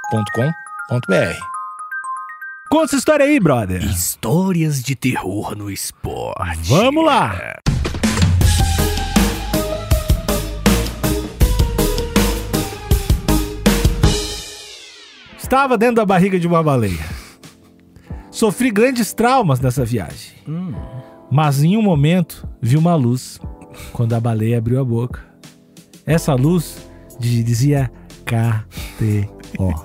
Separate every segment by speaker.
Speaker 1: agenciadepodcast.com.br.
Speaker 2: Conta essa história aí, brother.
Speaker 3: Histórias de terror no esporte.
Speaker 2: Vamos lá. Estava dentro da barriga de uma baleia. Sofri grandes traumas nessa viagem. Mas em um momento vi uma luz quando a baleia abriu a boca. Essa luz di- dizia KTO.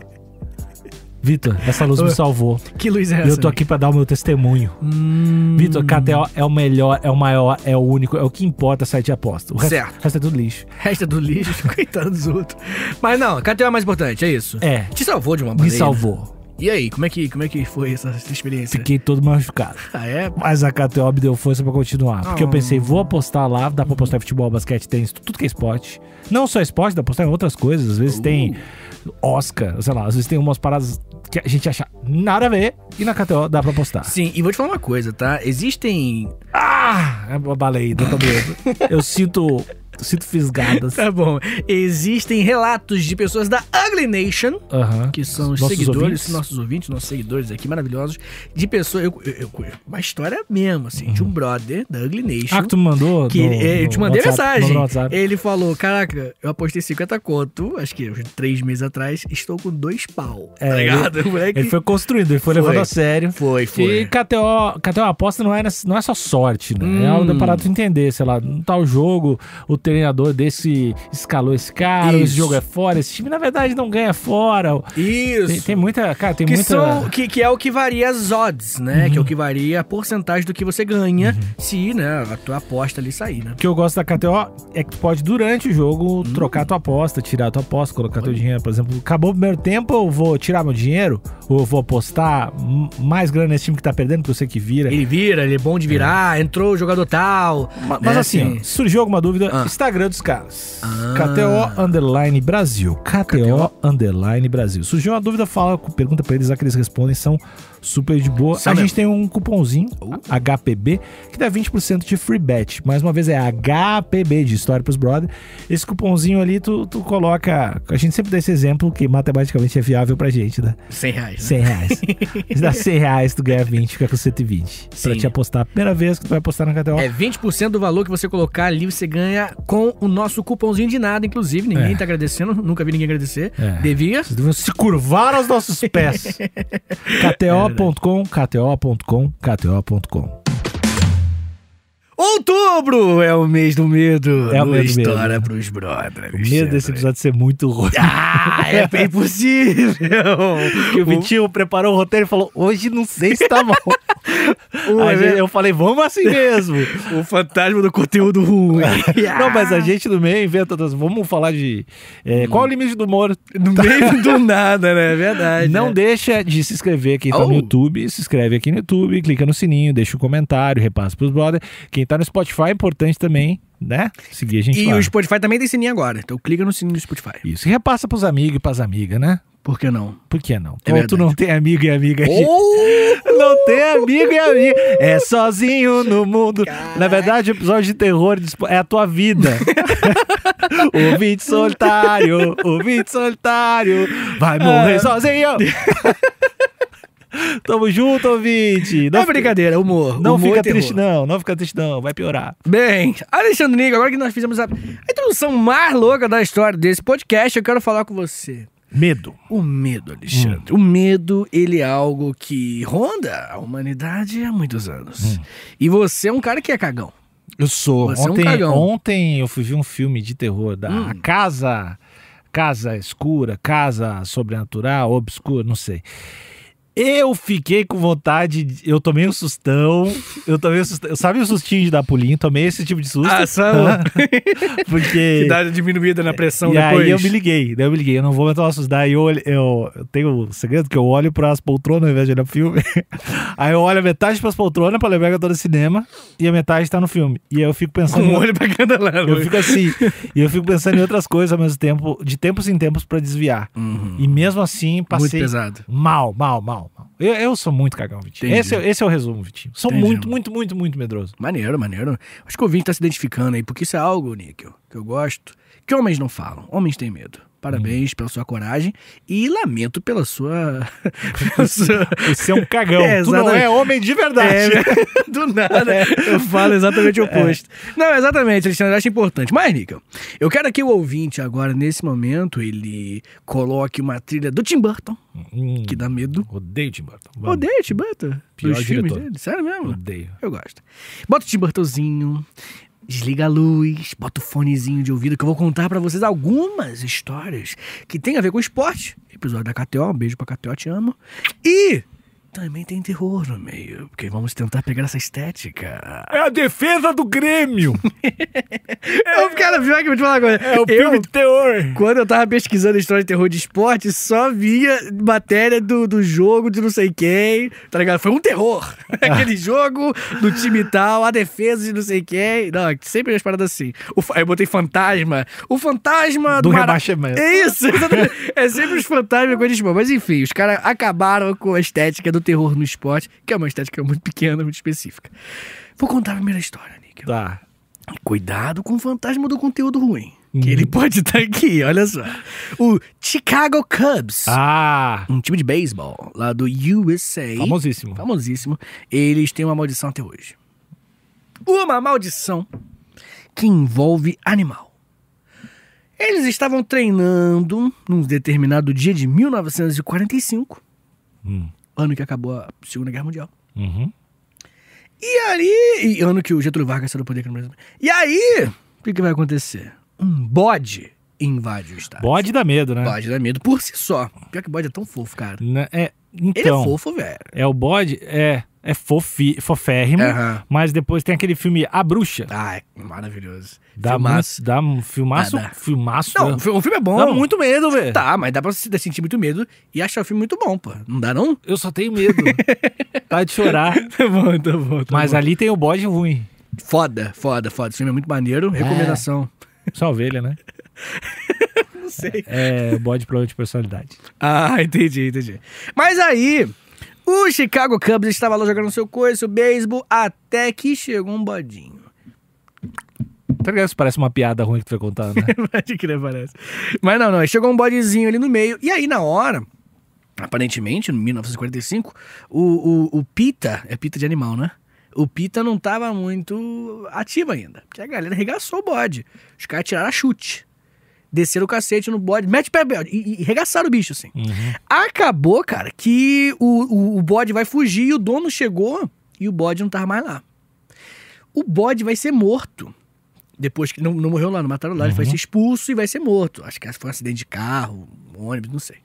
Speaker 2: Vitor, essa luz me salvou.
Speaker 3: Que luz é
Speaker 2: E
Speaker 3: essa? Hum,
Speaker 2: eu tô aqui pra dar o meu testemunho. Vitor, KTO é o melhor, é o maior, é o único, é o que importa site de aposta. O resto,
Speaker 3: Certo.
Speaker 2: o resto é tudo lixo.
Speaker 3: Resta do lixo, coitado dos outros. Mas não, KTO é mais importante, é isso.
Speaker 2: É.
Speaker 3: Te salvou de uma
Speaker 2: Me
Speaker 3: baleia.
Speaker 2: salvou.
Speaker 3: E aí, como é que, como é que foi essa, essa experiência?
Speaker 2: Fiquei todo machucado.
Speaker 3: Ah, é?
Speaker 2: Mas a KTO me deu força pra continuar. Porque eu
Speaker 3: Ah.
Speaker 2: pensei, vou apostar lá, dá pra apostar em futebol, basquete, tênis, tudo que é esporte. Não só esporte, dá pra apostar em outras coisas. Às vezes tem Oscar, sei lá, às vezes tem umas paradas que a gente acha nada a ver. E na KTO dá pra apostar.
Speaker 3: Sim, e vou te falar uma coisa, tá? Existem.
Speaker 2: Ah! É uma baleia, eu tô medo. Eu sinto. Sinto fisgadas.
Speaker 3: Tá bom. Existem relatos de pessoas da Ugly Nation
Speaker 2: Aham.
Speaker 3: que são os
Speaker 2: Nossos
Speaker 3: seguidores,
Speaker 2: ouvintes?
Speaker 3: nossos ouvintes, nossos seguidores aqui maravilhosos, de pessoas. Eu, eu- eu- uma história mesmo, assim, de um brother da Ugly Nation.
Speaker 2: Uhum. Ah, que tu me mandou?
Speaker 3: Que
Speaker 2: no-
Speaker 3: é, eu
Speaker 2: no
Speaker 3: te mandei
Speaker 2: WhatsApp, mandou no
Speaker 3: mensagem.
Speaker 2: WhatsApp.
Speaker 3: Ele falou: Caraca, eu apostei 50 conto, acho que uns três meses atrás, estou com dois pau.
Speaker 2: É,
Speaker 3: tá ligado? o moleque.
Speaker 2: Ele foi construindo, ele foi,
Speaker 3: Foi.
Speaker 2: levando a sério.
Speaker 3: foi,
Speaker 2: E KTO, KTO aposta não é, ness- não é só sorte, né? É algo
Speaker 3: Hum.
Speaker 2: para tu entender, sei lá, num tal jogo, o treinador desse escalou esse cara,
Speaker 3: Isso.
Speaker 2: esse jogo é fora, esse time na verdade não ganha fora.
Speaker 3: Isso.
Speaker 2: Tem, tem muita, cara, tem
Speaker 3: que,
Speaker 2: muita... Uhum.
Speaker 3: são, que, que é o que varia as odds, né? Que é o que varia a porcentagem do que você ganha se né, a tua aposta ali sair, né?
Speaker 2: O que eu gosto da KTO é que tu pode, durante o jogo,
Speaker 3: Hum.
Speaker 2: trocar tua aposta, tirar tua aposta, colocar teu dinheiro. Por exemplo, acabou o primeiro tempo, eu vou tirar meu dinheiro, ou eu vou apostar m- mais grana nesse time que tá perdendo, porque eu sei que vira.
Speaker 3: Ele vira, ele é bom de virar, entrou o jogador tal.
Speaker 2: Ma- Mas
Speaker 3: né,
Speaker 2: assim, ó, surgiu alguma dúvida,
Speaker 3: Ah.
Speaker 2: Instagram dos caras.
Speaker 3: Ah.
Speaker 2: KTO Underline Brasil. KTO Underline Brasil. Surgiu uma dúvida, fala, pergunta pra eles, lá que eles respondem, são super de boa.
Speaker 3: São
Speaker 2: a
Speaker 3: mesmo.
Speaker 2: gente tem um cupomzinho,
Speaker 3: Uh.
Speaker 2: HPB, que dá 20% de free bet. Mais uma vez, é HPB, de História pros Brother. Esse cupomzinho ali, tu, tu coloca... A gente sempre dá esse exemplo, que matematicamente é viável pra gente, né?
Speaker 3: 100 reais. né?
Speaker 2: 100 reais. Se dá 100 reais, tu ganha 20, fica com 120. Pra
Speaker 3: Sim.
Speaker 2: te apostar a primeira vez que tu vai apostar na KTO.
Speaker 3: É 20% do valor que você colocar ali, você ganha com o nosso cupomzinho de nada, inclusive. Ninguém
Speaker 2: É.
Speaker 3: tá agradecendo, nunca vi ninguém agradecer.
Speaker 2: É.
Speaker 3: Devia.
Speaker 2: Vocês deviam se curvar aos nossos pés. KTO.com, KTO.com, KTO.com.
Speaker 3: Outubro é o mês do medo.
Speaker 2: É o
Speaker 3: No
Speaker 2: mês do medo.
Speaker 3: História pros brothers.
Speaker 2: O medo desse episódio de ser muito ruim.
Speaker 3: Ah, é bem possível.
Speaker 2: Porque o Vitinho preparou o roteiro e falou: hoje não sei se tá bom.
Speaker 3: Ué,
Speaker 2: Aí
Speaker 3: né?
Speaker 2: eu falei, vamos assim mesmo.
Speaker 3: O fantasma do conteúdo ruim.
Speaker 2: Não, mas a gente do meio inventa. outras- Vamos falar de. é, Qual é o limite do humor?
Speaker 3: Hum. No meio do nada, né? É verdade.
Speaker 2: Não
Speaker 3: deu.
Speaker 2: deixa de se inscrever quem tá
Speaker 3: Oh.
Speaker 2: no YouTube, se inscreve aqui no YouTube, clica no sininho, deixa um comentário, repassa pros brother. Quem tá no Spotify é importante também, né? Seguir a gente
Speaker 3: E
Speaker 2: lá.
Speaker 3: o Spotify também tem sininho agora. Então clica no sininho do Spotify.
Speaker 2: Isso. E repassa pros amigos e pras amigas, né?
Speaker 3: Por que não? Oh,
Speaker 2: Por que não?
Speaker 3: É
Speaker 2: Ou tu
Speaker 3: verdade.
Speaker 2: não tem amigo e amiga. gente.
Speaker 3: Ou
Speaker 2: Não tem amigo e amiga. É sozinho no mundo. Na verdade, o episódio de terror de espo- é a tua vida. ouvinte solitário, ouvinte solitário, vai
Speaker 3: Ah.
Speaker 2: morrer sozinho. Tamo junto, ouvinte.
Speaker 3: Não
Speaker 2: Não,
Speaker 3: é
Speaker 2: fica-
Speaker 3: brincadeira, humor.
Speaker 2: não
Speaker 3: humor e
Speaker 2: fica
Speaker 3: terror.
Speaker 2: triste, não. Não fica triste, não. Vai piorar.
Speaker 3: Bem, Alexandre Nigo, agora que nós fizemos a a introdução mais louca da história desse podcast, eu quero falar com você.
Speaker 2: Medo.
Speaker 3: O medo, Alexandre.
Speaker 2: Hum.
Speaker 3: O medo, ele é algo que ronda a humanidade há muitos
Speaker 2: Hum.
Speaker 3: anos. E você é um cara que é cagão.
Speaker 2: Eu sou.
Speaker 3: Você é um
Speaker 2: ontem,
Speaker 3: cagão.
Speaker 2: ontem eu fui ver um filme de terror da
Speaker 3: Hum.
Speaker 2: Casa. Casa escura, casa sobrenatural, obscura, não sei. Eu fiquei com vontade. de- eu tomei um sustão. Eu tomei um sustão. Sabe o sustinho de dar pulinho? Tomei esse tipo de susto.
Speaker 3: Ah, são.
Speaker 2: porque.
Speaker 3: diminuída na pressão
Speaker 2: E aí eu me liguei, daí eu me liguei, eu não vou mais tomar susto. Daí eu, olhe- eu, eu tenho o segredo que eu olho pras poltronas ao invés de olhar pro filme. aí eu olho a metade pras poltronas pra lembrar que eu tô no cinema e a metade tá no filme. E aí eu fico pensando.
Speaker 3: Com
Speaker 2: em
Speaker 3: o olho pra cada lado.
Speaker 2: eu fico assim. e eu fico pensando em outras coisas ao mesmo tempo, de tempos em tempos, pra desviar.
Speaker 3: Uhum.
Speaker 2: E mesmo assim,
Speaker 3: Muito
Speaker 2: passei
Speaker 3: pesado.
Speaker 2: mal, mal, mal. mal. Eu, eu sou muito cagão, Vitinho.
Speaker 3: Entendi.
Speaker 2: Esse, é- esse é o resumo, Vitinho. Sou
Speaker 3: Entendi,
Speaker 2: muito,
Speaker 3: mano.
Speaker 2: muito, muito, muito medroso.
Speaker 3: Maneiro, maneiro. Acho que o ouvinte tá se identificando aí, porque isso é algo, Níquel, que eu gosto, que homens não falam. Homens têm medo. Parabéns pela sua coragem e lamento pela sua. pela sua-
Speaker 2: Você é um cagão.
Speaker 3: É,
Speaker 2: tu não
Speaker 3: exatamente.
Speaker 2: é homem de
Speaker 3: É,
Speaker 2: verdade. É,
Speaker 3: do nada, eu falo exatamente o oposto. Não, exatamente, Alexandre, eu acho importante. Mas, Nickel, eu quero que o ouvinte agora, nesse momento, ele coloque uma trilha do Tim Burton,
Speaker 2: Hum,
Speaker 3: que dá medo.
Speaker 2: Odeio Tim Burton. Vamos.
Speaker 3: Odeio o Tim Burton.
Speaker 2: Pior
Speaker 3: dos filmes
Speaker 2: diretor.
Speaker 3: dele, sério mesmo?
Speaker 2: Odeio.
Speaker 3: Eu gosto. Bota o Tim Burtonzinho, desliga a luz, bota o fonezinho de ouvido, que eu vou contar pra vocês algumas histórias que tem a ver com esporte. Episódio da KTO, um beijo pra KTO, te amo. E também tem terror no meio, porque vamos tentar pegar essa estética.
Speaker 2: É a defesa do Grêmio.
Speaker 3: Eu, cara, pior que eu vou te falar agora.
Speaker 2: É o filme de teor.
Speaker 3: Quando eu tava pesquisando história de terror de esporte, só via matéria do, do jogo de não sei quem, tá ligado? Foi um terror.
Speaker 2: Ah.
Speaker 3: Aquele jogo do time tal, a defesa de não sei quem. Não, sempre as paradas assim. O, fa- eu botei fantasma. O fantasma
Speaker 2: Do
Speaker 3: Mara-
Speaker 2: rebaixamento.
Speaker 3: É isso. exatamente. é sempre os fantasmas com esporte. Mas enfim, os caras acabaram com a estética do terror no esporte, que é uma estética muito pequena, muito específica. Vou contar a primeira história, Nick.
Speaker 2: Tá.
Speaker 3: Cuidado com o fantasma do conteúdo ruim. Que
Speaker 2: Uhum.
Speaker 3: ele pode estar aqui, olha só. O Chicago Cubs,
Speaker 2: Ah,
Speaker 3: um time de beisebol lá do USA.
Speaker 2: famosíssimo.
Speaker 3: Tá Famosíssimo. Eles têm uma maldição até hoje. Uma maldição que envolve animal. Eles estavam treinando num determinado dia de 1945,
Speaker 2: Hum.
Speaker 3: ano que acabou a Segunda Guerra Mundial.
Speaker 2: Uhum.
Speaker 3: E aí. e ano que o Getúlio Vargas saiu do poder aqui no Brasil. E aí, o que, que vai acontecer? Um bode invade o estádio.
Speaker 2: Bode dá medo, né?
Speaker 3: Bode dá medo por si só. Pior que bode é tão fofo, cara.
Speaker 2: Né, É,
Speaker 3: Ele
Speaker 2: então,
Speaker 3: é fofo, velho.
Speaker 2: é o bode, é, é fofi, foférrimo,
Speaker 3: Aham.
Speaker 2: mas depois tem aquele filme A Bruxa.
Speaker 3: Ah, é maravilhoso.
Speaker 2: Dá,
Speaker 3: Filmaço.
Speaker 2: muito, dá um filmaço,
Speaker 3: Ah, dá.
Speaker 2: filmaço.
Speaker 3: Não,
Speaker 2: né?
Speaker 3: o fi- o filme é bom.
Speaker 2: Dá muito medo, velho.
Speaker 3: Tá, mas dá pra você sentir muito medo e achar o filme muito bom, pô. Não dá, não?
Speaker 2: Eu só tenho medo. tá de chorar.
Speaker 3: Tá bom, tá bom.
Speaker 2: Mas ali tem o bode ruim.
Speaker 3: Foda, foda, foda. Esse filme é muito maneiro. Recomendação.
Speaker 2: Só a ovelha, né?
Speaker 3: Não sei.
Speaker 2: É bode problema de personalidade.
Speaker 3: Ah, entendi, entendi. Mas aí, o Chicago Cubs estava lá jogando seu coice, seu beisebol, até que chegou um bodinho.
Speaker 2: Tá ligado? Isso parece uma piada ruim que tu vai contar, né?
Speaker 3: Pode crer, parece. Mas não, não, chegou um bodezinho ali no meio. E aí, na hora, aparentemente, em 1945, o, o, o Pita, é Pita de animal, né? O Pita não tava muito ativo ainda. Porque a galera arregaçou o bode. Os caras tiraram a chute. Desceram o cacete no bode, mete o pé bode, e, e arregaçaram o bicho, assim.
Speaker 2: Uhum.
Speaker 3: Acabou, cara, que o, o, o bode vai fugir e o dono chegou e o bode não tava mais lá. O bode vai ser morto. Depois que não, não morreu lá, não mataram lá, ele vai ser expulso e vai ser morto. Acho que foi um acidente de carro, um ônibus, não sei.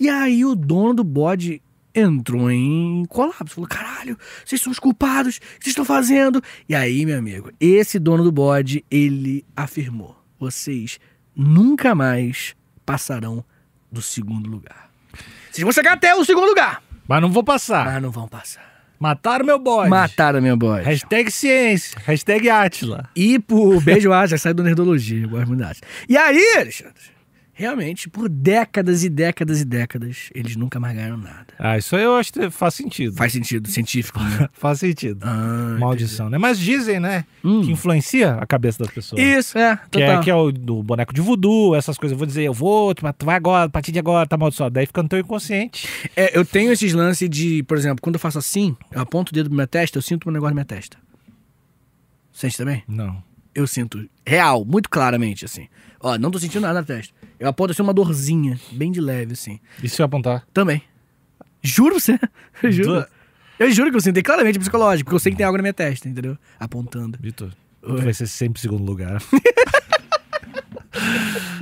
Speaker 3: E aí o dono do bode entrou em colapso. Falou: caralho, vocês são os culpados, o que vocês estão fazendo? E aí, meu amigo, esse dono do bode, ele afirmou: vocês nunca mais passarão do segundo lugar. Vocês vão chegar até o segundo lugar,
Speaker 2: Mas não vou passar.
Speaker 3: mas não vão passar.
Speaker 2: Mataram meu bode.
Speaker 3: Ah. Mataram meu bode.
Speaker 2: Hashtag ciência. Hashtag Atila.
Speaker 3: E por beijo ah, já saiu do Nerdologia, eu gosto muito da arte. E aí, Alexandre, realmente, por décadas e décadas e décadas, eles nunca mais ganharam nada.
Speaker 2: Ah, isso aí eu acho que faz sentido.
Speaker 3: Faz sentido, científico, né?
Speaker 2: Faz sentido.
Speaker 3: Ah,
Speaker 2: Maldição, né? Mas dizem, né?
Speaker 3: Hum.
Speaker 2: Que influencia a cabeça das pessoas.
Speaker 3: Isso, é,
Speaker 2: Que é,
Speaker 3: total.
Speaker 2: que é o do boneco de voodoo, essas coisas. Eu vou dizer, eu vou, tu- mas tu vai agora, a partir de agora, tá amaldiçoado. Daí fica no teu inconsciente.
Speaker 3: É, eu tenho esses lances de, por exemplo, quando eu faço assim, eu aponto o dedo pra minha testa, eu sinto um negócio na minha testa. Sente também?
Speaker 2: Não.
Speaker 3: Eu sinto real, muito claramente, assim. Ó, não tô sentindo nada na testa. Eu aponto assim uma dorzinha, bem de leve, assim.
Speaker 2: E se eu apontar?
Speaker 3: Também. Juro pra você. Eu juro.
Speaker 2: Do-
Speaker 3: Eu juro que eu sentei claramente psicológico, porque eu sei que tem algo na minha testa, entendeu? Apontando.
Speaker 2: Vitor,
Speaker 3: Oi.
Speaker 2: tu vai ser sempre segundo lugar.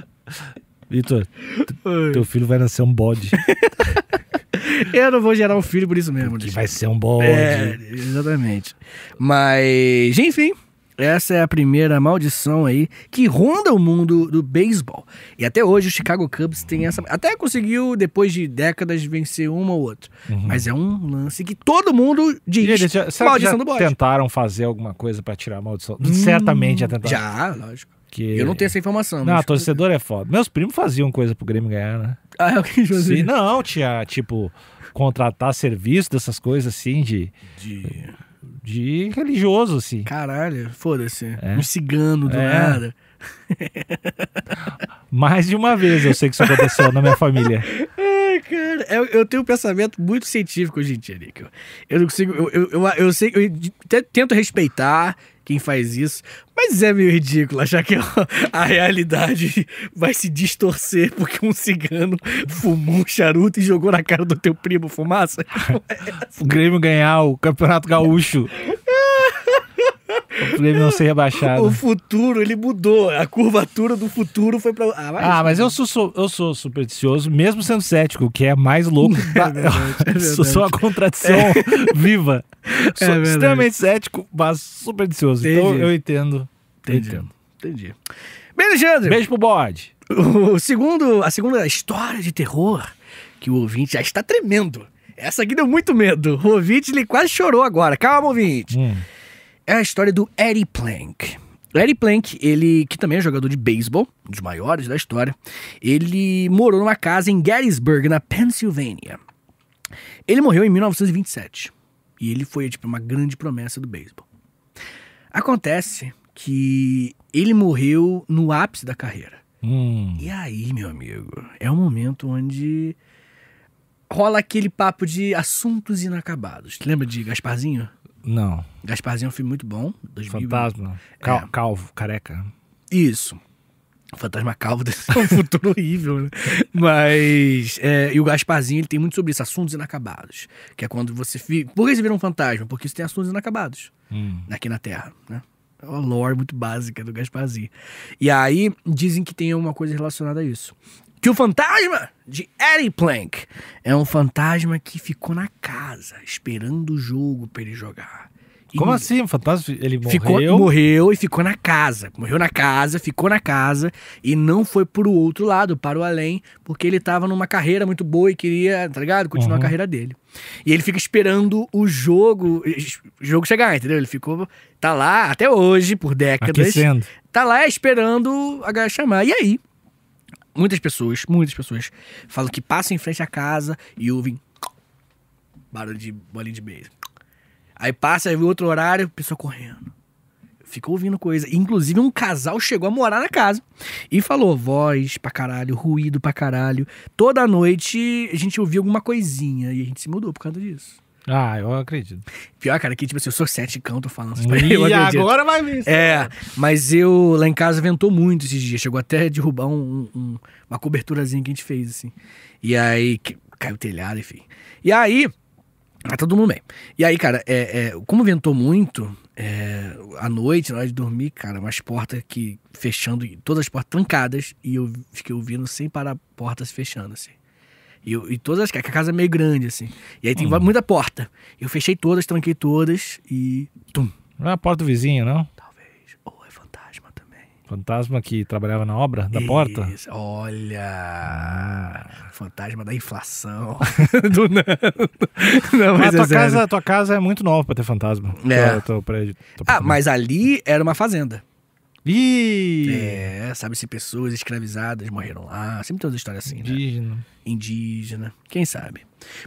Speaker 2: Vitor, teu filho vai nascer um bode.
Speaker 3: Eu não vou gerar um filho por isso mesmo,
Speaker 2: que
Speaker 3: Alexandre.
Speaker 2: vai ser um bode.
Speaker 3: É, exatamente. Mas, enfim, essa é a primeira maldição aí que ronda o mundo do beisebol. E até hoje o Chicago Cubs tem essa. Até conseguiu, depois de décadas, vencer uma ou outra.
Speaker 2: Uhum.
Speaker 3: Mas é um lance que todo mundo diz.
Speaker 2: E eles já, será que
Speaker 3: maldição
Speaker 2: já
Speaker 3: do bode.
Speaker 2: tentaram fazer alguma coisa pra tirar a maldição? Certamente já tentaram.
Speaker 3: Hum, Já, lógico.
Speaker 2: Que...
Speaker 3: Eu não tenho essa informação.
Speaker 2: Não,
Speaker 3: mas-
Speaker 2: torcedor é foda. Meus primos faziam coisa pro Grêmio ganhar, né?
Speaker 3: Ah, é o que José.
Speaker 2: Sim, não, tinha, tipo, contratar serviço dessas coisas assim de, de religioso, assim.
Speaker 3: Caralho, foda-se.
Speaker 2: É.
Speaker 3: Um cigano do
Speaker 2: É.
Speaker 3: nada.
Speaker 2: Mais de uma vez eu sei que isso aconteceu na minha família.
Speaker 3: Ai, cara, eu, eu tenho um pensamento muito científico hoje em dia, Nico. Eu não consigo. Eu, eu, eu, eu sei, eu te- tento respeitar quem faz isso, mas é meio ridículo achar que a realidade vai se distorcer porque um cigano fumou um charuto e jogou na cara do teu primo fumaça.
Speaker 2: O Grêmio ganhar o Campeonato Gaúcho. O Grêmio não ser
Speaker 3: O
Speaker 2: rebaixado.
Speaker 3: futuro, ele mudou. A curvatura do futuro foi pra. Ah, vai.
Speaker 2: Ah, mas eu sou, sou- eu sou supersticioso, mesmo sendo cético, o que é mais louco.
Speaker 3: é
Speaker 2: sou, sou a contradição viva. Sou
Speaker 3: verdade.
Speaker 2: extremamente cético, mas supersticioso. Então
Speaker 3: Entendi.
Speaker 2: eu entendo.
Speaker 3: Entendi.
Speaker 2: Entendo.
Speaker 3: Entendi. Bem, Alexandre.
Speaker 2: Beijo pro bode.
Speaker 3: O segundo, a segunda história de terror que o ouvinte já está tremendo. Essa aqui deu muito medo. O ouvinte ele quase chorou agora. Calma, ouvinte.
Speaker 2: Hum.
Speaker 3: É a história do Eddie Plank. O Eddie Plank, ele que também é jogador de beisebol, um dos maiores da história, ele morou numa casa em Gettysburg, na Pensilvânia. Ele morreu em 1927 e ele foi tipo uma grande promessa do beisebol. Acontece que ele morreu no ápice da carreira.
Speaker 2: Hum.
Speaker 3: E aí, meu amigo, é um momento onde rola aquele papo de assuntos inacabados. Tu Lembra de Gasparzinho?
Speaker 2: Não.
Speaker 3: Gasparzinho é um filme muito bom. 2000.
Speaker 2: Fantasma.
Speaker 3: É.
Speaker 2: Cal- Calvo, careca.
Speaker 3: Isso. Fantasma Calvo desse é um futuro horrível, né? Mas. é, e o Gasparzinho ele tem muito sobre isso, assuntos inacabados. Que é quando você. Fi... Por que você vira um fantasma? Porque isso tem assuntos inacabados.
Speaker 2: Hum.
Speaker 3: aqui na Terra, né? É uma lore muito básica do Gasparzinho. E aí dizem que tem alguma coisa relacionada a isso. Que o fantasma de Eddie Plank é um fantasma que ficou na casa esperando o jogo pra ele jogar. E
Speaker 2: Como assim? Fantasma? Ele morreu?
Speaker 3: Ficou, morreu. e ficou na casa. Morreu na casa, ficou na casa e não foi pro outro lado, para o além, porque ele tava numa carreira muito boa e queria, tá ligado? Continuar
Speaker 2: Uhum.
Speaker 3: a carreira dele. E ele fica esperando o jogo, o jogo chegar, entendeu? Ele ficou, tá lá até hoje, por décadas.
Speaker 2: Aquecendo.
Speaker 3: Tá lá esperando a galera chamar. E aí? Muitas pessoas, muitas pessoas falam que passam em frente à casa e ouvem barulho de bolinha de beijo. Aí passa, aí vê outro horário, pessoa correndo. Ficou ouvindo coisa. Inclusive, um casal chegou a morar na casa e falou voz pra caralho, ruído pra caralho. Toda noite a gente ouvia alguma coisinha e a gente se mudou por causa disso.
Speaker 2: Ah, eu acredito.
Speaker 3: Pior, cara, que tipo assim, eu sou sete canto falando. isso pra ele, eu
Speaker 2: E
Speaker 3: acredito.
Speaker 2: agora vai ver.
Speaker 3: É, mas eu lá em casa ventou muito esses dias. Chegou até a derrubar um- um- uma coberturazinha que a gente fez, assim. E aí que- caiu o telhado, enfim. E aí. Tá todo mundo bem. E aí, cara, é, é, como ventou muito, é, à noite, na hora de dormir, cara, umas portas que fechando, e todas as portas trancadas, e eu fiquei ouvindo sem parar portas fechando, assim. E, eu- e todas as que a casa é meio grande, assim. E aí tem va- muita porta. Eu fechei todas, tranquei todas e. Tum!
Speaker 2: Não é a porta do vizinho, não?
Speaker 3: Talvez. Ou é fantasma também.
Speaker 2: Fantasma que trabalhava na obra da porta? Ah.
Speaker 3: Isso. Olha! Fantasma da inflação. Do Nando. Não,
Speaker 2: Mas
Speaker 3: mas, é
Speaker 2: Ah, tua,
Speaker 3: sério.
Speaker 2: casa, tua casa é muito nova pra ter fantasma.
Speaker 3: É.
Speaker 2: Teu, teu prédio, teu
Speaker 3: Ah,
Speaker 2: apartamento.
Speaker 3: mas ali era uma fazenda.
Speaker 2: Ih! né?
Speaker 3: É, sabe-se pessoas escravizadas morreram lá. Sempre tem umas histórias assim, né?
Speaker 2: Indígena.
Speaker 3: Indígena, quem sabe.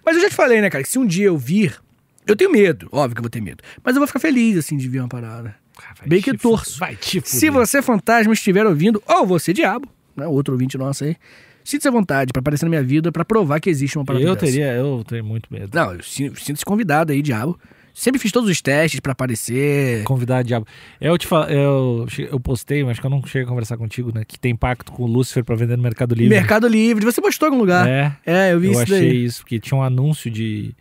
Speaker 3: Mas eu já te falei, né, cara, que se um dia eu vir, eu tenho medo, óbvio que eu vou ter medo. Mas eu vou ficar feliz, assim, de ver uma parada.
Speaker 2: Ah, vai
Speaker 3: Bem
Speaker 2: te
Speaker 3: que
Speaker 2: fu-
Speaker 3: torço.
Speaker 2: Vai te fuder.
Speaker 3: Se você, fantasma, estiver ouvindo, ou você, diabo, né, outro ouvinte nosso aí, sinta-se à vontade pra aparecer na minha vida pra provar que existe uma parada
Speaker 2: Eu
Speaker 3: dessa.
Speaker 2: teria, eu teria muito medo.
Speaker 3: Não, eu sin- sinto-se convidado aí, diabo. Sempre fiz todos os testes pra aparecer.
Speaker 2: Convidar diabo. É, Eu te falo, eu, che- eu postei, mas acho que eu não cheguei a conversar contigo, né? Que tem pacto com o Lúcifer pra vender no Mercado Livre.
Speaker 3: Mercado Livre, você postou em algum lugar. É,
Speaker 2: É.
Speaker 3: eu vi
Speaker 2: Eu
Speaker 3: isso
Speaker 2: achei
Speaker 3: daí.
Speaker 2: isso, porque tinha um anúncio de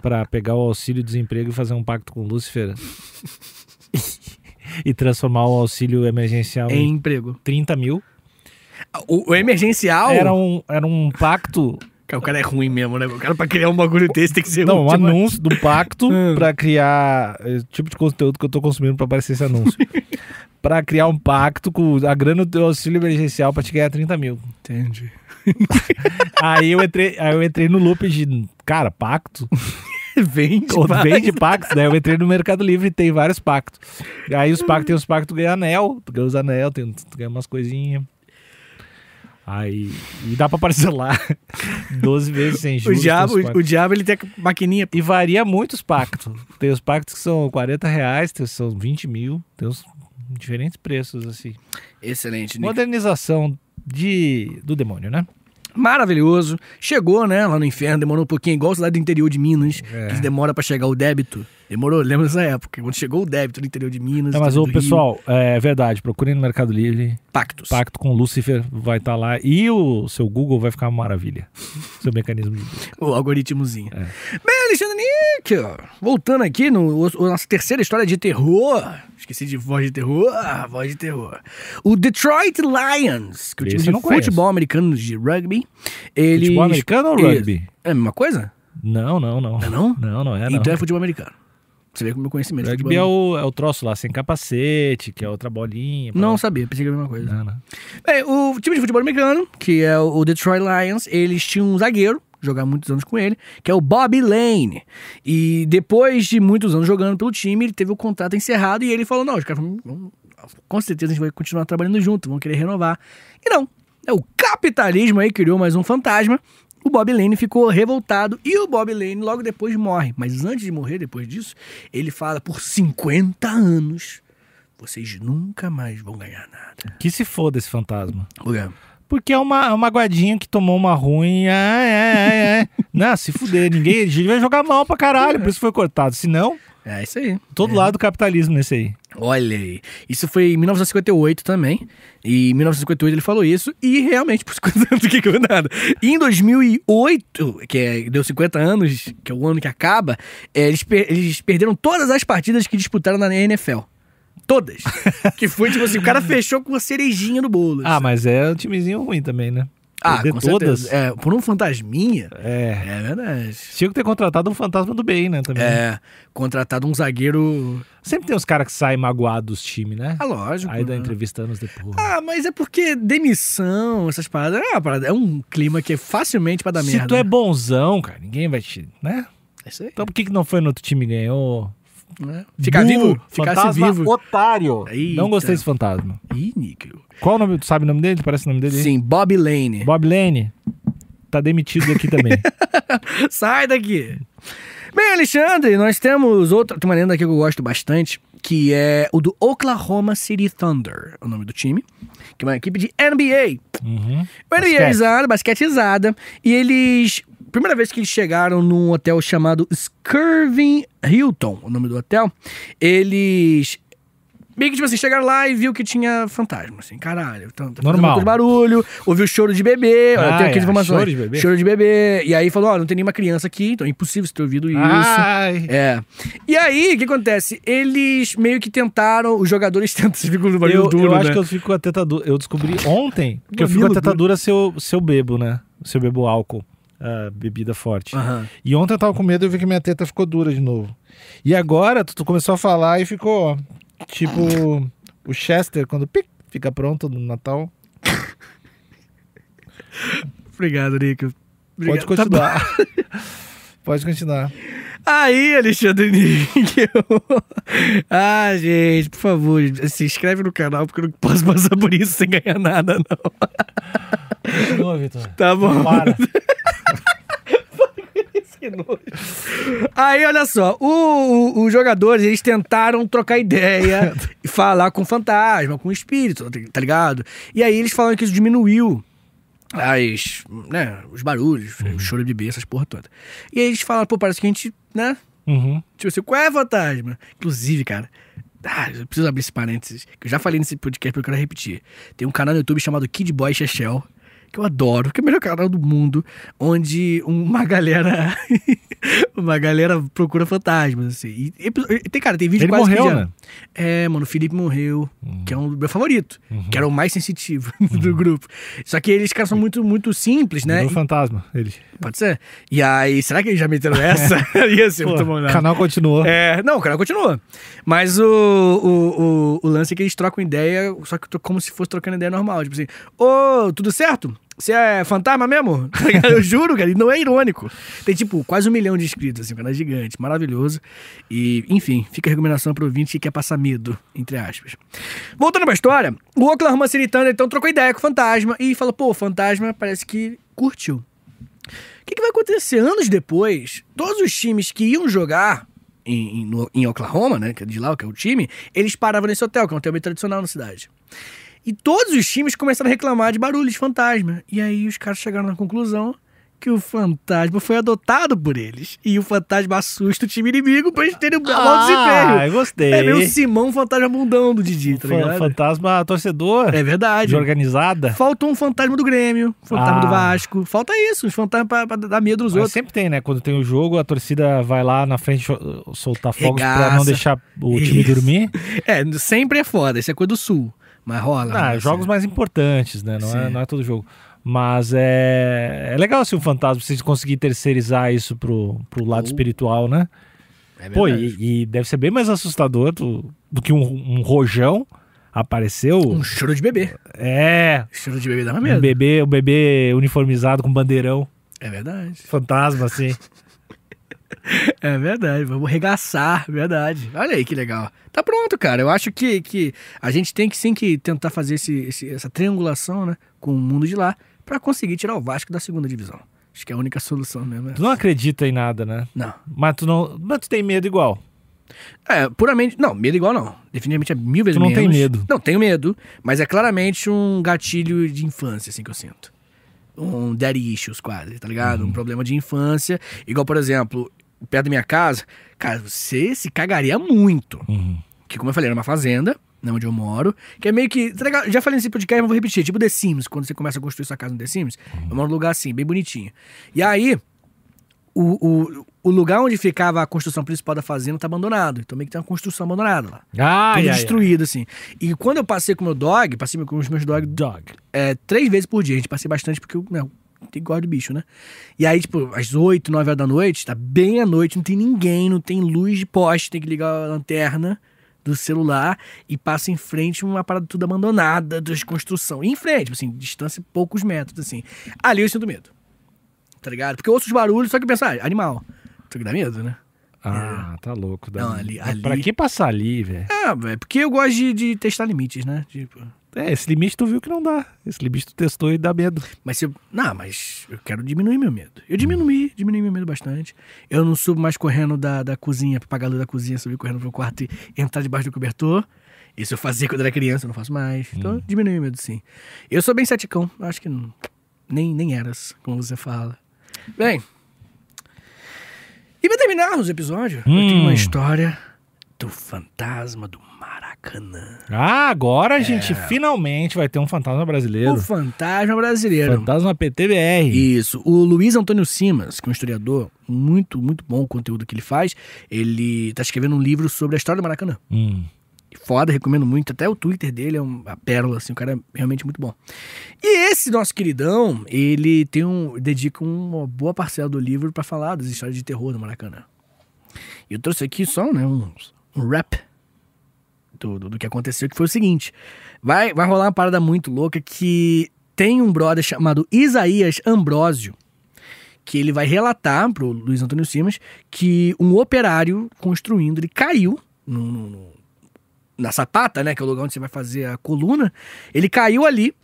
Speaker 2: para pegar o auxílio desemprego e fazer um pacto com o Lúcifer e transformar o auxílio emergencial
Speaker 3: Em
Speaker 2: em
Speaker 3: É emprego.
Speaker 2: 30 mil.
Speaker 3: O, o emergencial.
Speaker 2: Era um, era um pacto,
Speaker 3: Cara, O cara é ruim mesmo, né? O cara pra criar um bagulho desse tem que ser
Speaker 2: não, um
Speaker 3: útil, mas-
Speaker 2: anúncio do pacto
Speaker 3: É.
Speaker 2: para criar eh, tipo de conteúdo que eu tô consumindo para aparecer esse anúncio. Pra criar um pacto com a grana do teu auxílio emergencial pra te ganhar 30 mil.
Speaker 3: Entendi.
Speaker 2: Aí eu entrei, aí eu entrei no loop de, cara, pacto?
Speaker 3: Vende.
Speaker 2: Ou
Speaker 3: vai.
Speaker 2: vende pactos, né? Eu entrei no Mercado Livre e tem vários pactos. Aí os pactos, tem os pactos, tu ganha anel, tu ganha os anel, tem, tu ganha umas coisinhas. Aí, e dá pra parcelar 12 vezes sem
Speaker 3: O
Speaker 2: juros. tem
Speaker 3: diabo,
Speaker 2: os pactos.
Speaker 3: o diabo, ele tem a maquininha.
Speaker 2: E varia muito os pactos. Tem os pactos que são 40 reais, tem os que são 20 mil, tem os Diferentes preços, assim.
Speaker 3: Excelente, Nico.
Speaker 2: Modernização de, do demônio, né?
Speaker 3: Maravilhoso. Chegou, né, lá no inferno, demorou um pouquinho, igual a cidade do interior de Minas,
Speaker 2: É.
Speaker 3: que demora pra chegar o débito. Demorou, lembra dessa época, quando chegou o débito do interior de Minas.
Speaker 2: Não, Tá, mas,
Speaker 3: interior
Speaker 2: ô,
Speaker 3: do
Speaker 2: pessoal, é verdade. Procurem no Mercado Livre.
Speaker 3: Rio, pactos.
Speaker 2: Pacto com Lúcifer vai estar lá. E o seu Google vai ficar uma maravilha. seu mecanismo de busca.
Speaker 3: O algoritmozinho.
Speaker 2: É.
Speaker 3: Bem, Alexandre Níquel, voltando aqui no o- nossa terceira história de terror. Esqueci de voz de terror, ah, voz de terror. O Detroit Lions, que é o time
Speaker 2: Esse
Speaker 3: de
Speaker 2: eu não conheço.
Speaker 3: futebol americano de rugby. Eles...
Speaker 2: Futebol americano ou
Speaker 3: Isso.
Speaker 2: rugby?
Speaker 3: É a mesma coisa?
Speaker 2: Não, não, não.
Speaker 3: É não?
Speaker 2: Não, não é, não.
Speaker 3: Então é futebol americano. Você vê como meu conhecimento. de
Speaker 2: Rugby
Speaker 3: futebol
Speaker 2: é o, é o troço lá, sem capacete, que é outra né? bolinha.
Speaker 3: Não sabia, pensei que era a mesma coisa.
Speaker 2: Não, não.
Speaker 3: Bem, É, o time de futebol americano, que é o Detroit Lions, eles tinham um zagueiro, jogar muitos anos com ele, que é o Bobby Lane. E depois de muitos anos jogando pelo time, ele teve o contrato encerrado e ele falou: não, os caras, vão- vão- com certeza a gente vai continuar trabalhando junto, vão querer renovar. E não, é o capitalismo aí criou mais um fantasma. O Bob Lane ficou revoltado e o Bob Lane logo depois morre. Mas antes de morrer, depois disso, ele fala por 50 anos: vocês nunca mais vão ganhar nada.
Speaker 2: Que se foda esse fantasma.
Speaker 3: Ô, Gabi,
Speaker 2: Porque é uma, é uma guadinha que tomou uma ruim. É, é, é, é. não, se fuder, ninguém. Ele vai jogar mal pra caralho, por isso foi cortado. Se não,
Speaker 3: É isso aí.
Speaker 2: todo lado do capitalismo nesse aí.
Speaker 3: Olha aí. Isso foi em 1958 também. E em 1958 ele falou isso. E realmente, por 50 anos, o que que eu nada. E em 2008, que é- deu 50 anos, que é o ano que acaba, é, eles, per- eles perderam todas as partidas que disputaram na NFL. Todas. que foi tipo assim: o cara fechou com uma cerejinha no bolo.
Speaker 2: Ah,
Speaker 3: assim.
Speaker 2: mas é um timezinho ruim também, né? Perder todas.
Speaker 3: certeza. É, por um fantasminha.
Speaker 2: É.
Speaker 3: É verdade.
Speaker 2: Tinha que ter contratado um fantasma do bem, né? Também.
Speaker 3: É, contratado um zagueiro.
Speaker 2: Sempre tem uns caras que saem magoados dos times, né?
Speaker 3: Ah, lógico.
Speaker 2: Aí dá
Speaker 3: né?
Speaker 2: entrevista anos depois.
Speaker 3: Ah, mas é porque demissão, essas paradas, é, uma parada, é um clima que é facilmente pra dar
Speaker 2: se
Speaker 3: merda.
Speaker 2: tu é
Speaker 3: né?
Speaker 2: bonzão, cara, ninguém vai te. né?
Speaker 3: É isso aí,
Speaker 2: Então por que, que não foi no outro time e ganhou?
Speaker 3: né? Ficar
Speaker 2: é Burro,
Speaker 3: vivo, ficar se
Speaker 2: fantasma
Speaker 3: vivo.
Speaker 2: Otário.
Speaker 3: Eita.
Speaker 2: Não gostei desse fantasma.
Speaker 3: Ih, Níquel.
Speaker 2: Qual o nome? Tu sabe o nome dele? Parece o nome dele?
Speaker 3: Sim, Bob Lane.
Speaker 2: Bob Lane. Tá demitido aqui também.
Speaker 3: Sai daqui. Bem, Alexandre, nós temos outra. Tem uma lenda aqui que eu gosto bastante, que é o do Oklahoma City Thunder, é o nome do time, que é uma equipe de NBA.
Speaker 2: Uhum.
Speaker 3: NBAizada, basquetizada. E eles. Primeira vez que eles chegaram num hotel chamado Skirving Hilton, o nome do hotel, eles. Meio que, tipo assim, chegaram lá e viu que tinha fantasma, assim, caralho. Tá, tá fazendo
Speaker 2: Normal.
Speaker 3: alguma coisa de barulho, ouviu choro de bebê, olha,
Speaker 2: Ah,
Speaker 3: tem aqui
Speaker 2: é,
Speaker 3: informações.
Speaker 2: choro de bebê.
Speaker 3: Choro de bebê. E aí falou, ó, não tem nenhuma criança aqui, então é impossível você ter ouvido isso.
Speaker 2: Ah. Ai.
Speaker 3: É. E aí, o que acontece? Eles meio que tentaram, os jogadores tentam, você fica no barulho
Speaker 2: Eu,
Speaker 3: duro,
Speaker 2: eu acho
Speaker 3: né?
Speaker 2: que eu fico com a teta dura. Eu descobri ontem que eu
Speaker 3: Mamilo
Speaker 2: fico com a teta
Speaker 3: duro.
Speaker 2: dura se eu, se eu bebo, né? Se eu bebo álcool, ah, bebida forte.
Speaker 3: Aham.
Speaker 2: E ontem eu tava com medo e eu vi que minha teta ficou dura de novo. E agora tu, tu começou a falar e ficou ó, tipo o Chester quando pic, fica pronto no Natal.
Speaker 3: Obrigado, Nico. Obrigado.
Speaker 2: Pode
Speaker 3: Tá bom.
Speaker 2: continuar. Pode continuar.
Speaker 3: Aí, Alexandre Níquel. ah, gente, por favor, se inscreve no canal, porque eu não posso passar por isso sem ganhar nada, não.
Speaker 2: Continua, Vitor.
Speaker 3: Tá bom.
Speaker 2: Para.
Speaker 3: Aí, olha só, o- o- os jogadores, eles tentaram trocar ideia e falar com o fantasma, com o espírito, tá ligado? E aí eles falaram que isso diminuiu as, né, os barulhos, o choro de bebê, essas porra toda. E aí eles falaram, pô, parece que a gente, né,
Speaker 2: Uhum.
Speaker 3: Tipo assim, qual é fantasma? Inclusive, cara. Ah, eu preciso abrir esse parênteses. Que eu já falei nesse podcast, porque eu quero repetir. Tem um canal no YouTube chamado Kid Boy Shechel, que eu adoro, que é o melhor canal do mundo, onde uma galera. uma galera procura fantasmas, assim. E, e- tem, cara, tem vídeo
Speaker 2: Ele
Speaker 3: quase que
Speaker 2: morreu,
Speaker 3: já-
Speaker 2: né? Uhum.
Speaker 3: É, mano, o Felipe morreu, que é um do meu favorito, que era o mais sensitivo do grupo. Só que eles, cara, são muito, muito simples, né?
Speaker 2: Virou
Speaker 3: E-
Speaker 2: fantasma. Ele.
Speaker 3: pode ser? E aí, será que eles já meteram essa? Ia ser muito bom,
Speaker 2: o
Speaker 3: né?
Speaker 2: canal continuou.
Speaker 3: É, não, o canal continua. Mas o, o, o, o lance é que eles trocam ideia, só que tro- como se fosse trocando ideia normal. Tipo assim, ô, tudo certo? Você é fantasma mesmo? Eu juro, cara, e não é irônico. Tem, tipo, quase um milhão de inscritos, assim, um canal gigante, maravilhoso. E, enfim, fica a recomendação pro ouvinte que quer passar medo, entre aspas. Voltando pra história, o Oklahoma City Thunder, então, trocou ideia com o fantasma e falou, pô, o fantasma parece que curtiu. O que, que vai acontecer? Anos depois, todos os times que iam jogar em, em- no- em Oklahoma, né? que é De lá, que é o time, eles paravam nesse hotel, que é um hotel bem tradicional na cidade. E todos os times começaram a reclamar de barulho de fantasma. E aí os caras chegaram na conclusão que o fantasma foi adotado por eles. E o fantasma assusta o time inimigo pra eles terem um mau
Speaker 2: Ah,
Speaker 3: desempenho.
Speaker 2: eu gostei.
Speaker 3: É meio o Simão fantasma bundão do Didi, tá
Speaker 2: Foi um
Speaker 3: ligado?
Speaker 2: fantasma torcedor,
Speaker 3: É verdade.
Speaker 2: de organizada.
Speaker 3: Falta um fantasma do Grêmio, fantasma
Speaker 2: Ah.
Speaker 3: do Vasco. Falta isso, os fantasmas pra, pra dar medo nos
Speaker 2: Mas
Speaker 3: outros.
Speaker 2: sempre tem, né? Quando tem o jogo, a torcida vai lá na frente cho- soltar fogos pra não
Speaker 3: Regaça.
Speaker 2: deixar o time
Speaker 3: Isso.
Speaker 2: dormir.
Speaker 3: É, sempre é foda, isso é coisa do Sul. Mas é, rola.
Speaker 2: Ah,
Speaker 3: rola,
Speaker 2: jogos
Speaker 3: sim.
Speaker 2: mais importantes, né? Não é,
Speaker 3: Sim.
Speaker 2: não é todo jogo. Mas é, é legal se um fantasma, se conseguir terceirizar isso pro, pro lado
Speaker 3: Ou-
Speaker 2: espiritual, né?
Speaker 3: É
Speaker 2: Pô,
Speaker 3: verdade.
Speaker 2: e, e deve ser bem mais assustador do, do que um, um rojão apareceu.
Speaker 3: Um choro de bebê.
Speaker 2: É,
Speaker 3: Choro de bebê dá
Speaker 2: um
Speaker 3: medo.
Speaker 2: bebê, um bebê uniformizado com bandeirão,
Speaker 3: É verdade.
Speaker 2: fantasma, assim.
Speaker 3: É verdade, vamos regaçar, verdade. Olha aí que legal. Tá pronto, cara. Eu acho que, que a gente tem que sim que tentar fazer esse, esse- essa triangulação, né, com o mundo de lá, pra conseguir tirar o Vasco da segunda divisão. Acho que é a única solução mesmo. é-
Speaker 2: Tu não acredita em nada, né?
Speaker 3: Não.
Speaker 2: Mas tu não. Mas tu tem medo igual.
Speaker 3: É, puramente. Não, medo igual não. Definitivamente é mil vezes
Speaker 2: Tu não
Speaker 3: menos.
Speaker 2: tem medo.
Speaker 3: Não, tenho medo, mas é claramente um gatilho de infância, assim que eu sinto. Um daddy issues, quase, tá ligado?
Speaker 2: Uhum.
Speaker 3: Um problema de infância. Igual, por exemplo, perto da minha casa, cara, você se cagaria muito.
Speaker 2: Uhum.
Speaker 3: Que, como eu falei, era uma fazenda, né, onde eu moro, que é meio que. tá ligado? Já falei nesse podcast, mas vou repetir. Tipo The Sims, quando você começa a construir sua casa no The Sims, eu moro num lugar assim, bem bonitinho. E aí, o, o, o lugar onde ficava a construção principal da fazenda tá abandonado. Então meio que tem uma construção abandonada lá.
Speaker 2: Ah,
Speaker 3: tudo destruído, assim. E quando eu passei com o meu dog, passei com os meus dogs
Speaker 2: Dog.
Speaker 3: é, três vezes por dia. A gente passei bastante porque eu, né, eu gosto do bicho, né? E aí, tipo, às 8, 9 horas da noite, tá bem à noite, não tem ninguém, não tem luz de poste, tem que ligar a lanterna do celular e passa em frente uma parada tudo abandonada, desconstrução. E em frente, tipo assim, distância poucos metros, assim. Ali eu sinto medo. Tá ligado? Porque eu ouço os barulhos, só que eu penso, ah, animal. Só que dá medo, né?
Speaker 2: Ah, tá louco. dá-
Speaker 3: Não, ali-
Speaker 2: Mas
Speaker 3: ali-
Speaker 2: Pra que passar ali, velho?
Speaker 3: Ah, velho, porque eu gosto de, de testar limites, né? Tipo.
Speaker 2: É, esse limite tu viu que não dá. Esse limite tu testou e dá medo.
Speaker 3: Mas se eu. Não, mas eu quero diminuir meu medo. Eu diminui, diminui meu medo bastante. Eu não subo mais correndo da, da cozinha, pra pagar a luz da cozinha, subir correndo pro quarto e entrar debaixo do cobertor. Isso eu fazia quando era criança, eu não faço mais. Então diminui meu medo, sim. Eu sou bem ceticão, eu acho que não- nem, nem eras, como você fala. Bem. E pra terminar os episódios, eu tenho
Speaker 2: Hum.
Speaker 3: uma história do fantasma do Maracanã.
Speaker 2: Ah, agora a gente finalmente vai ter um fantasma brasileiro.
Speaker 3: O fantasma brasileiro.
Speaker 2: Fantasma PTBR.
Speaker 3: Isso. O Luiz Antônio Simas, que é um historiador muito, muito bom o conteúdo que ele faz, ele tá escrevendo um livro sobre a história do Maracanã.
Speaker 2: Hum.
Speaker 3: Foda, recomendo muito. Até o Twitter dele é uma pérola, assim, o cara é realmente muito bom. E esse nosso queridão, ele tem um. dedica uma boa parcela do livro pra falar das histórias de terror do Maracanã. E eu trouxe aqui só, né, um, um rap do, do, do que aconteceu, que foi o seguinte: vai, vai rolar uma parada muito louca que tem um brother chamado Isaías Ambrósio, que ele vai relatar pro Luiz Antônio Simas que um operário construindo, ele caiu no, no- no- na sapata, né? Que é o lugar onde você vai fazer a coluna. Ele caiu ali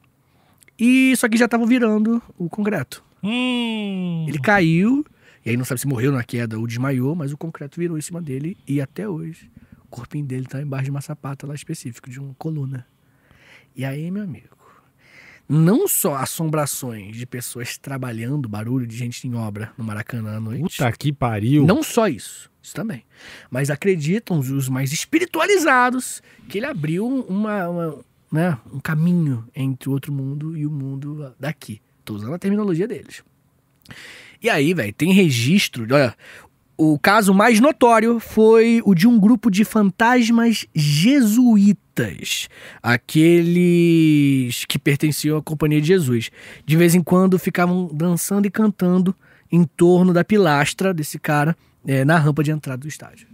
Speaker 3: e só que já tava virando o concreto.
Speaker 2: Hum.
Speaker 3: Ele caiu, e aí não sabe se morreu na queda ou desmaiou, mas o concreto virou em cima dele e até hoje o corpinho dele tá embaixo de uma sapata lá específico, de uma coluna. E aí, meu amigo, não só assombrações de pessoas trabalhando, barulho de gente em obra no Maracanã à noite.
Speaker 2: Puta que pariu.
Speaker 3: Não só isso, isso também. Mas acreditam os- os mais espiritualizados que ele abriu uma, uma, né, um caminho entre o outro mundo e o mundo daqui. Tô usando a terminologia deles. E aí, velho, tem registro. Olha, o caso mais notório foi o de um grupo de fantasmas jesuítas, aqueles que pertenciam à Companhia de Jesus. De vez em quando ficavam dançando e cantando em torno da pilastra desse cara eh, na rampa de entrada do estádio.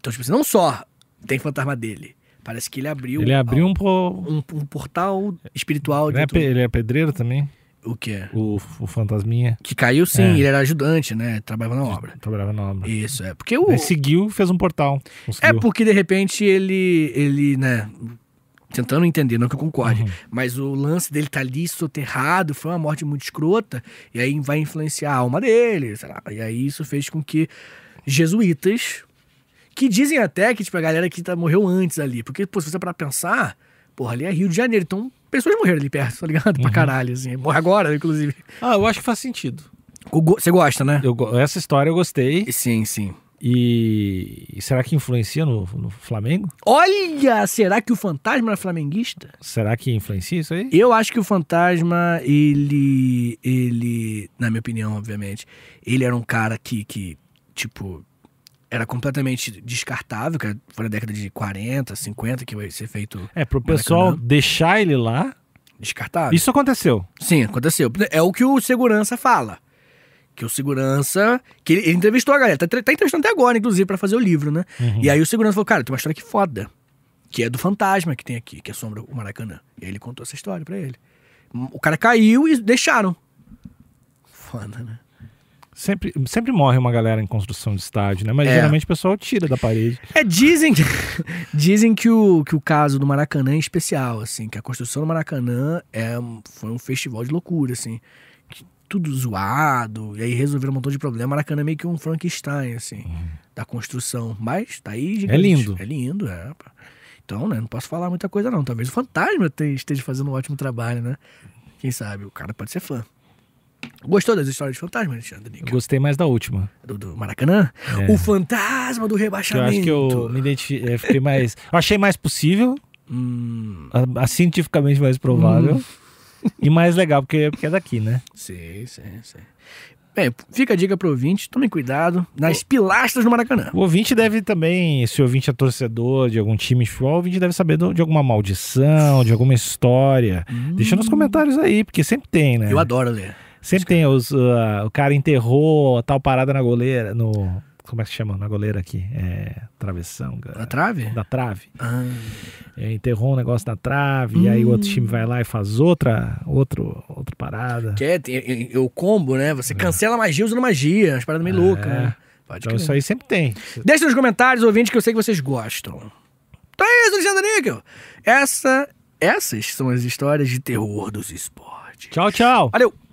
Speaker 3: Então, tipo assim, não só tem fantasma dele, parece que ele abriu,
Speaker 2: Ele abriu um. Po...
Speaker 3: um, um portal espiritual.
Speaker 2: Ele, é
Speaker 3: De
Speaker 2: pe- ele é pedreiro também?
Speaker 3: O que é?
Speaker 2: O, o fantasminha
Speaker 3: Que caiu sim,
Speaker 2: É.
Speaker 3: ele era ajudante, né? Trabalhava na obra.
Speaker 2: trabalhava na obra.
Speaker 3: Isso, é. Porque o.
Speaker 2: Ele seguiu e fez um portal.
Speaker 3: É
Speaker 2: Conseguiu.
Speaker 3: porque de repente ele. ele, né? Tentando entender, não que eu concorde.
Speaker 2: Uhum.
Speaker 3: Mas o lance dele tá ali soterrado, foi uma morte muito escrota, e aí vai influenciar a alma dele, sei lá. E aí isso fez com que jesuítas, que dizem até que, tipo, a galera que tá- morreu antes ali. Porque, pô, se você parar pra pensar, porra, ali é Rio de Janeiro, então pessoas morreram ali perto, tá ligado?
Speaker 2: Uhum.
Speaker 3: Pra caralho, assim. Morre agora, inclusive.
Speaker 2: Ah, eu acho que faz sentido.
Speaker 3: O go- Você gosta, né?
Speaker 2: Eu go- essa história eu gostei.
Speaker 3: Sim, sim.
Speaker 2: E, e será que influencia no, no Flamengo?
Speaker 3: Olha, será que o fantasma era flamenguista?
Speaker 2: Será que influencia isso aí?
Speaker 3: Eu acho que o fantasma, ele. Ele. Na minha opinião, obviamente. Ele era um cara que, que tipo. Era completamente descartável, que era- foi na década de 40, 50 que vai ser feito
Speaker 2: É, pro pessoal
Speaker 3: Maracanã.
Speaker 2: deixar ele lá.
Speaker 3: descartável.
Speaker 2: Isso aconteceu.
Speaker 3: Sim, aconteceu. É o que o segurança fala. Que o segurança. Que ele, ele entrevistou a galera. Tá, tá entrevistando até agora, inclusive, pra fazer o livro, né? E aí o segurança falou: Cara, tem uma história que é foda. Que é do fantasma que tem aqui, que assombra o Maracanã. E aí ele contou essa história pra ele. O cara caiu e deixaram. Foda, né?
Speaker 2: Sempre, sempre morre uma galera em construção de estádio, né? Mas
Speaker 3: É.
Speaker 2: geralmente o pessoal tira da parede.
Speaker 3: É, dizem que, dizem que, o, que o caso do Maracanã é especial, assim, que a construção do Maracanã é, um- foi um festival de loucura, assim. que Tudo zoado, e aí resolveram um montão de problema. Maracanã é meio que um Frankenstein, assim, da construção. Mas tá aí. gigante.
Speaker 2: Uhum. lindo.
Speaker 3: É lindo, é. pá. Então, né, não posso falar muita coisa, não. Talvez o fantasma te- esteja fazendo um ótimo trabalho, né? Quem sabe? O cara pode ser fã. Gostou das histórias de fantasma, Alexandre?
Speaker 2: Eu
Speaker 3: Nick?
Speaker 2: gostei mais da última.
Speaker 3: Do, do Maracanã?
Speaker 2: É.
Speaker 3: O fantasma do
Speaker 2: Que eu
Speaker 3: rebaixamento.
Speaker 2: acho que eu me identifi- eh, fiquei mais. Eu achei mais possível,
Speaker 3: Hum.
Speaker 2: a, a cientificamente mais provável. E mais legal, porque, porque é daqui, né?
Speaker 3: Sim, sim, sim. Bem, fica a dica pro ouvinte, tomem cuidado nas pilastras do Maracanã.
Speaker 2: O ouvinte deve também, se o ouvinte é torcedor de algum time de futebol, o ouvinte deve saber do- de alguma maldição, de alguma história. Deixa nos comentários aí, porque sempre tem, né?
Speaker 3: Hum. Eu adoro ler.
Speaker 2: Sempre tem os. ah, o cara enterrou a tal parada na goleira. No. Como é que chama? Na goleira aqui. É. Travessão,
Speaker 3: Na
Speaker 2: cara.
Speaker 3: trave?
Speaker 2: Da trave.
Speaker 3: Ah,
Speaker 2: É, enterrou um negócio na trave, e aí o outro time vai lá e faz outra, outro, outra parada.
Speaker 3: que é, tem- é, é o combo, né? Você cancela magia usando magia, umas paradas meio loucas, né? Pode
Speaker 2: É. Então
Speaker 3: crer.
Speaker 2: isso aí sempre tem.
Speaker 3: Deixa nos comentários, ouvinte, que eu sei que vocês gostam. Então é isso, Alexandre Níquel. Essa, essas são as histórias de terror dos esportes.
Speaker 2: Tchau, tchau.
Speaker 3: Valeu!